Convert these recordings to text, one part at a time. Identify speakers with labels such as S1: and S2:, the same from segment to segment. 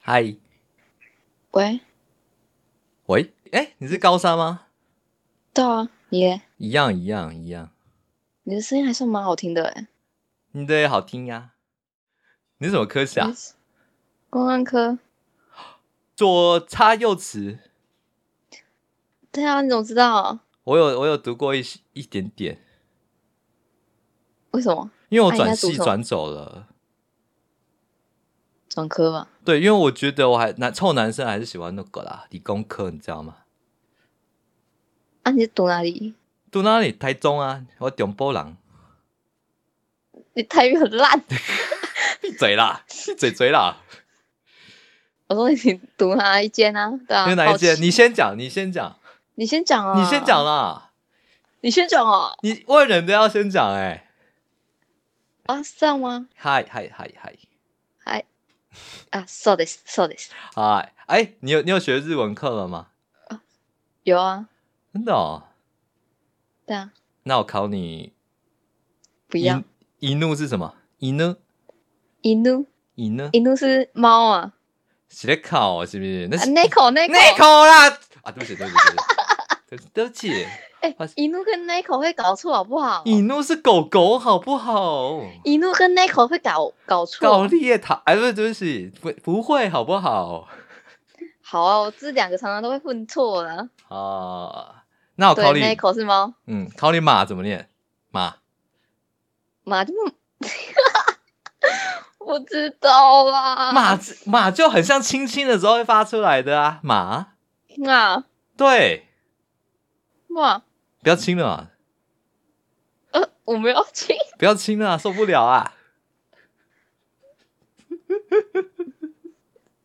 S1: 嗨，
S2: 喂，
S1: 喂，哎，你是高三吗？
S2: 对啊，你耶
S1: 一样一样一样，
S2: 你的声音还算蛮好听的哎。
S1: 你的也好听呀、你是什么科系啊
S2: 你？是公安科？
S1: 左差右词，
S2: 对啊，你怎么知道？
S1: 我有我有读过一些一点点，
S2: 为什么
S1: 因为我
S2: 啊你
S1: 转
S2: 在读
S1: 系
S2: 什么
S1: 转走了。
S2: 转科吧？
S1: 对，因为我觉得我还男臭男生还是喜欢那个啦，理工科，你知道吗？
S2: 啊，你是读哪里？
S1: 读哪里？台中啊，我中波郎，
S2: 你台语很烂。
S1: 闭嘴啦，闭嘴嘴啦。
S2: 我说你读哪一间啊？对 啊，
S1: 那哪一
S2: 好
S1: 间？
S2: 奇
S1: 你先讲，你先讲，
S2: 你先讲啊，
S1: 你先，讲啦。
S2: 你先讲哦。
S1: 你问人都要先讲哎、
S2: 啊，是这样吗？
S1: 嗨嗨嗨嗨
S2: 还啊，so this so this，
S1: 嗨！哎，你有你有学日文课了吗？
S2: 有啊，
S1: 真的哦。
S2: 对啊，
S1: 那我考你，
S2: 不要。
S1: 一怒是什么？一怒
S2: 犬
S1: 一怒，
S2: 犬是猫啊，
S1: 是在考哦是不是？那
S2: 啊
S1: 是
S2: ，neko neko
S1: 那考啦！啊，对不起对不起对不起 对不起，
S2: 哎
S1: 发现，
S2: 犬跟 neko 会搞错好不好？
S1: 一怒是狗狗好不好？
S2: 一怒跟 Nico 会搞
S1: 搞
S2: 搞错。
S1: 烈塔，哎，不是对不起，不不会好不好？
S2: 好啊，我这两个常常都会混错的。
S1: 啊，那我
S2: 对
S1: 考你，
S2: ，Nico 是猫，
S1: 嗯，考你马怎么念？马
S2: 马就 不，我知道啊啦。
S1: 马字马就很像亲亲的时候会发出来的啊，马
S2: 啊，
S1: 对。
S2: 哇，
S1: 不要亲了啊嘛，
S2: 呃，我没有亲，
S1: 不要亲了啊，受不了啊！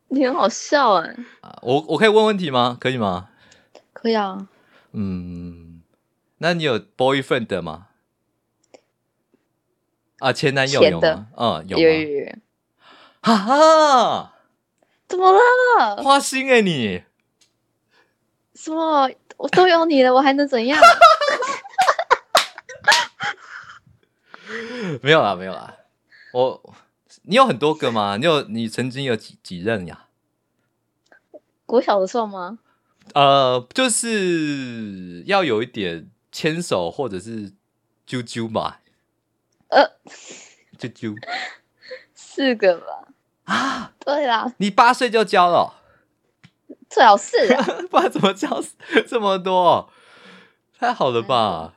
S2: 你很好笑哎。
S1: 啊我我可以问问题吗？可以吗？
S2: 可以啊，
S1: 嗯，那你有 boyfriend 的吗？啊，前男友
S2: 前
S1: 有
S2: 的
S1: 吗？嗯，有
S2: 有有
S1: 吗？
S2: 有有，
S1: 哈哈，
S2: 怎么了？
S1: 花心哎、你，
S2: 什么？我都有你了，我还能 怎样？
S1: 没有啦没有啦，我你有很多个吗？你有你曾经有几几任呀？
S2: 国小的时候吗？
S1: 呃，就是要有一点牵手或者是啾啾嘛，
S2: 呃，
S1: 啾啾
S2: 四个吧。
S1: 啊！
S2: 对啦，
S1: 你八岁就交了哦、
S2: 最好是啊
S1: 不然怎么教这么多？太好了吧？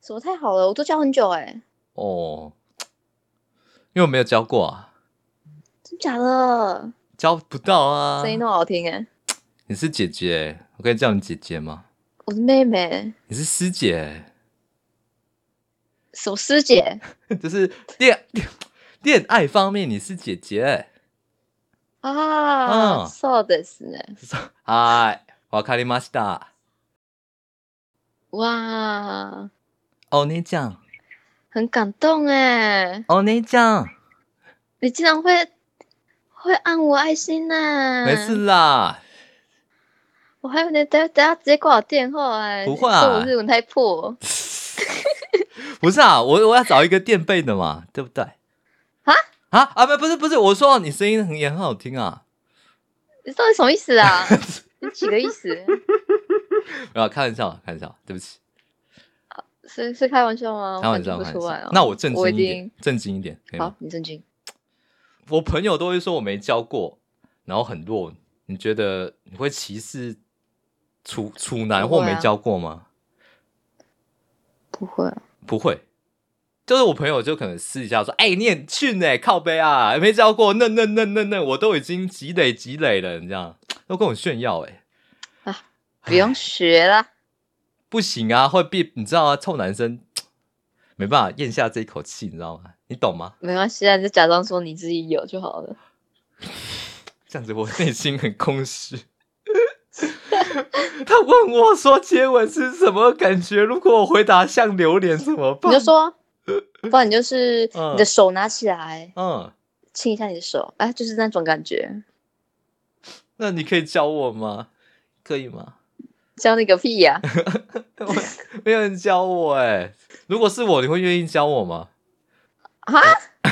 S2: 什么太好了，我都教很久哎、
S1: 哦，因为我没有教过啊，
S2: 真假的？
S1: 教不到啊
S2: 声。音那么好听哎、
S1: 你是姐姐，我可以叫你姐姐吗？
S2: 我是妹妹，
S1: 你是师姐，
S2: 什么师姐？
S1: 就是恋恋爱方面你是姐姐。
S2: 啊，
S1: 嗯
S2: そうですね。
S1: 嗨，わかりました。
S2: 哇，
S1: お姉ちゃん、
S2: 很感动哎！
S1: お姉ちゃん，
S2: 你竟然会会按我爱心呢？
S1: 没事，啦，
S2: 我还有点等等下直接挂我电话哎！
S1: 不会啊
S2: 说我日文太破
S1: 不是啊，我我要找一个垫背的嘛，对不对？
S2: 啊
S1: 啊啊，不不是不是，我说你声音很也很好听啊。
S2: 你到底什么意 思啊？你几个意思？
S1: 没有，啊开玩笑，开玩笑，对不起，
S2: 是是开玩笑吗？
S1: 开玩
S2: 我
S1: 笑，
S2: 感
S1: 开
S2: 觉
S1: 玩
S2: 不出来
S1: 笑
S2: 哦。。
S1: 那我正
S2: 我
S1: 经一
S2: 已
S1: 点
S2: 经，
S1: 正经一点，可以
S2: 好
S1: 吗？，
S2: 你正经。
S1: 我朋友都会说我没教过，然后很弱。你觉得你会歧视处处男
S2: 不
S1: 或
S2: 会啊
S1: 没教过吗？
S2: 不会啊，
S1: 不会，就是我朋友就可能私底下说：“哎、你很逊哎、靠背啊，没教过，嫩嫩嫩嫩嫩，我都已经积累积累了，你这样都跟我炫耀哎、
S2: 不用学啦。
S1: 不行啊，会被你知道啊，臭男生没办法咽下这一口气，你知道吗？你懂吗？
S2: 没关系啊，你就假装说你自己有就好了。
S1: 这样子我内心很空虚。 他问我说接吻是什么感觉？如果我回答像榴莲怎么
S2: 你
S1: 办？
S2: 就说，不然你就是
S1: 嗯
S2: 你的手拿起来，
S1: 嗯，
S2: 亲一下你的手，哎，就是那种感觉。
S1: 那你可以教我吗？可以吗？
S2: 教你个屁呀、
S1: 我没有人教我哎、如果是我，你会愿意教我吗？
S2: 啊！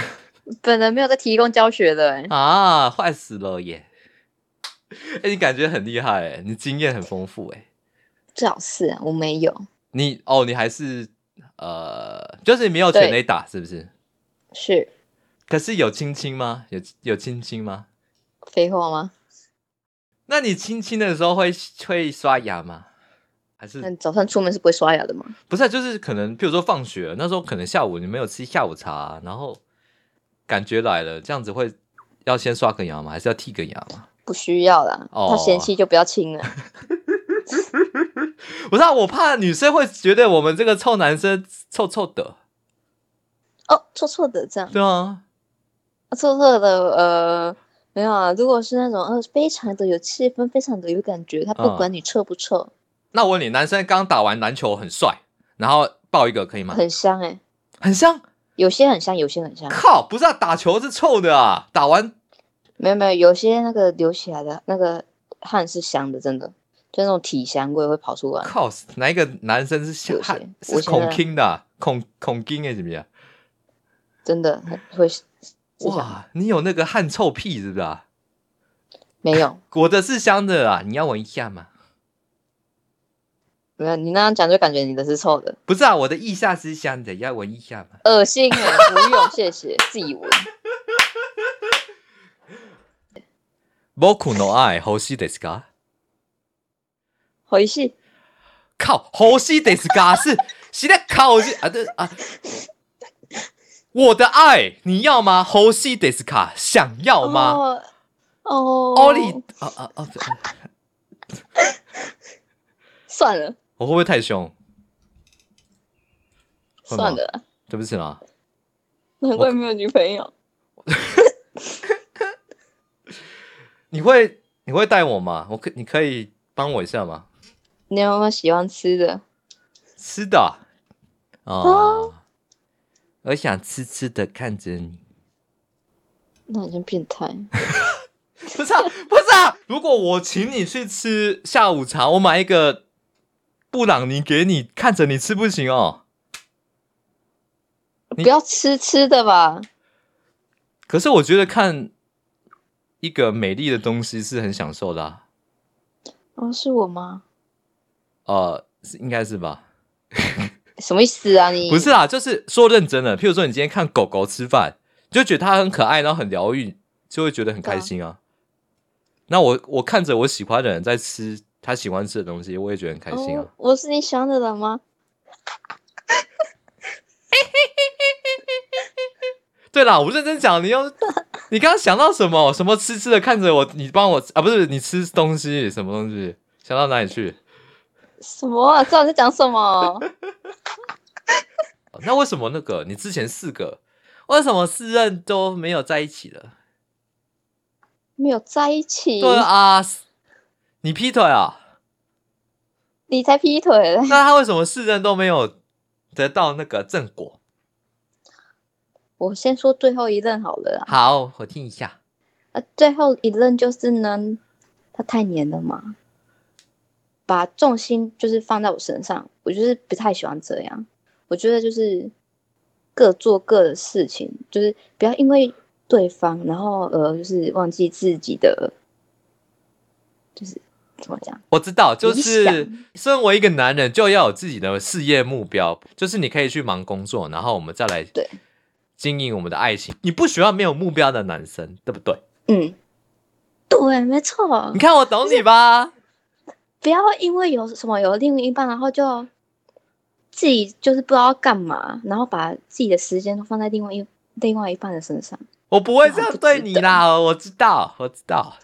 S2: 本人没有在提供教学的、欸，
S1: 啊，坏死了耶！哎、你感觉很厉害哎，你经验很丰富哎。
S2: 最好是啊我没有，
S1: 你哦，你还是呃，就是你没有全
S2: 对
S1: 垒打是不是？
S2: 是
S1: 可是有亲亲吗？有有亲亲吗？
S2: 废话吗？
S1: 那你亲亲的时候会会刷牙吗？还
S2: 那
S1: 是
S2: 你早上出门是不会刷牙的吗？
S1: 不是啊？就是可能，譬如说放学那时候，可能下午你没有吃下午茶啊、然后感觉来了，这样子会要先刷个牙吗？还是要剔个牙吗？
S2: 不需要啦，
S1: 哦
S2: 他嫌弃就不要亲 了。
S1: 不是、啊，我怕女生会觉得我们这个臭男生臭臭的，
S2: 哦，臭臭的这样，
S1: 对啊，
S2: 臭臭的，呃，没有啊。如果是那种呃，非常的有气氛，非常的有感觉，他不
S1: 嗯
S2: 管你臭不臭，
S1: 那我问你，男生刚打完篮球很帅，然后抱一个可以吗？
S2: 很香哎、
S1: 很像，
S2: 有些很香，有些很香，
S1: 靠，不是、啊、打球是臭的啊，打完
S2: 没有没有，有些那个流起来的那个汗是香的，真的，就那种体香味会跑出来。
S1: 靠，哪一个男生是像
S2: 有些
S1: 是
S2: 我觉
S1: 恐
S2: 得
S1: 惊的啊、恐恐惊哎，怎么样？
S2: 真的会是哇，
S1: 哇，你有那个汗臭屁是不是啊？
S2: 没有
S1: 我的是香的啊，你要闻一下吗？
S2: 没有，你那样讲就感觉你的是臭的，
S1: 不是啊，我的腋下是香的，要闻一下吗？
S2: 恶心哎、不用，谢谢，自己闻。
S1: 僕の愛欲しいですか？
S2: 回信
S1: 靠，欲しいです か？是是在靠是啊对啊，我的爱你要吗？欲しいですか？想要吗？
S2: 哦哦，
S1: 奥利啊啊啊！
S2: 算了
S1: 我会不会太凶？会吗
S2: 算了啦，
S1: 对不起啦。
S2: 难怪没有女朋友。
S1: 你会你会带我吗？我可你可以帮我一下吗？
S2: 你有没有喜欢吃的？
S1: 吃的啊、
S2: 哦
S1: 我想痴痴的看着你。
S2: 那好像变态。
S1: 不是啊，不是啊！如果我请你去吃下午茶，我买一个布朗尼给你，看着你吃不行哦。你
S2: 不要吃吃的吧，
S1: 可是我觉得看一个美丽的东西是很享受的、啊，
S2: 哦，是我吗？
S1: 呃，是应该是吧？
S2: 什么意思啊你？
S1: 不是啦，就是说认真的，譬如说你今天看狗狗吃饭，就觉得它很可爱，然后很疗愈，就会觉得很开心啊。那我我看着我喜欢的人在吃他喜欢吃的东西，我也觉得很开心啊
S2: 哦。，我是你喜欢的人吗？
S1: 对啦，我认真讲，你又你刚刚想到什么？什么痴痴的看着我，你帮我啊？不是你吃东西什么东西？想到哪里去？
S2: 什么啊？知道你在讲什么？
S1: 那为什么那个你之前四个为什么四任都没有在一起了？
S2: 没有在一起，
S1: 对啊，你劈腿啊？
S2: 你才劈 腿嘞！
S1: 那他为什么四任都没有得到那个正果？
S2: 我先说最后一任好了啊啦。
S1: 好，我听一下。
S2: 啊，最后一任就是呢，他太黏了嘛，把重心就是放在我身上，我就是不太喜欢这样。我觉得就是各做各的事情，就是不要因为对方，然后呃，就是忘记自己的，就是怎么讲？
S1: 我知道，就
S2: 理
S1: 是
S2: 想
S1: 身为一个男人，就要有自己的事业目标，就是你可以去忙工作，然后我们再来
S2: 对
S1: 经营我们的爱情。你不喜欢没有目标的男生，对不对？
S2: 嗯，对，没错
S1: 你。看我懂你 吧？
S2: 不要因为有什么有另一半，然后就自己就是不知道干嘛，然后把自己的时间都放在另外一另外一半的身上。
S1: 我不会这样对你啦，我知道，我知道。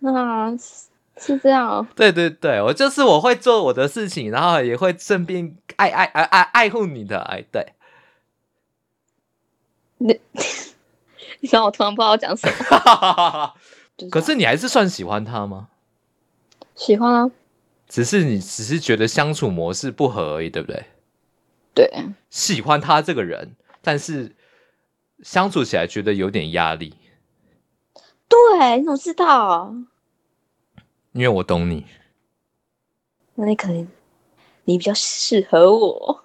S2: 那、是是这样哦，
S1: 对对对，我就是我会做我的事情，然后也会顺便爱爱爱爱爱护你的，哎，对。
S2: 你让我突然不知道讲什么。 就是这
S1: 可
S2: 样
S1: 是你还是算喜欢他吗？
S2: 喜欢啊，
S1: 只是你只是觉得相处模式不合而已，对不对？
S2: 对，
S1: 喜欢他这个人，但是相处起来觉得有点压力，
S2: 对，你怎么知道？
S1: 因为我懂你。
S2: 那你可能你比较适合我。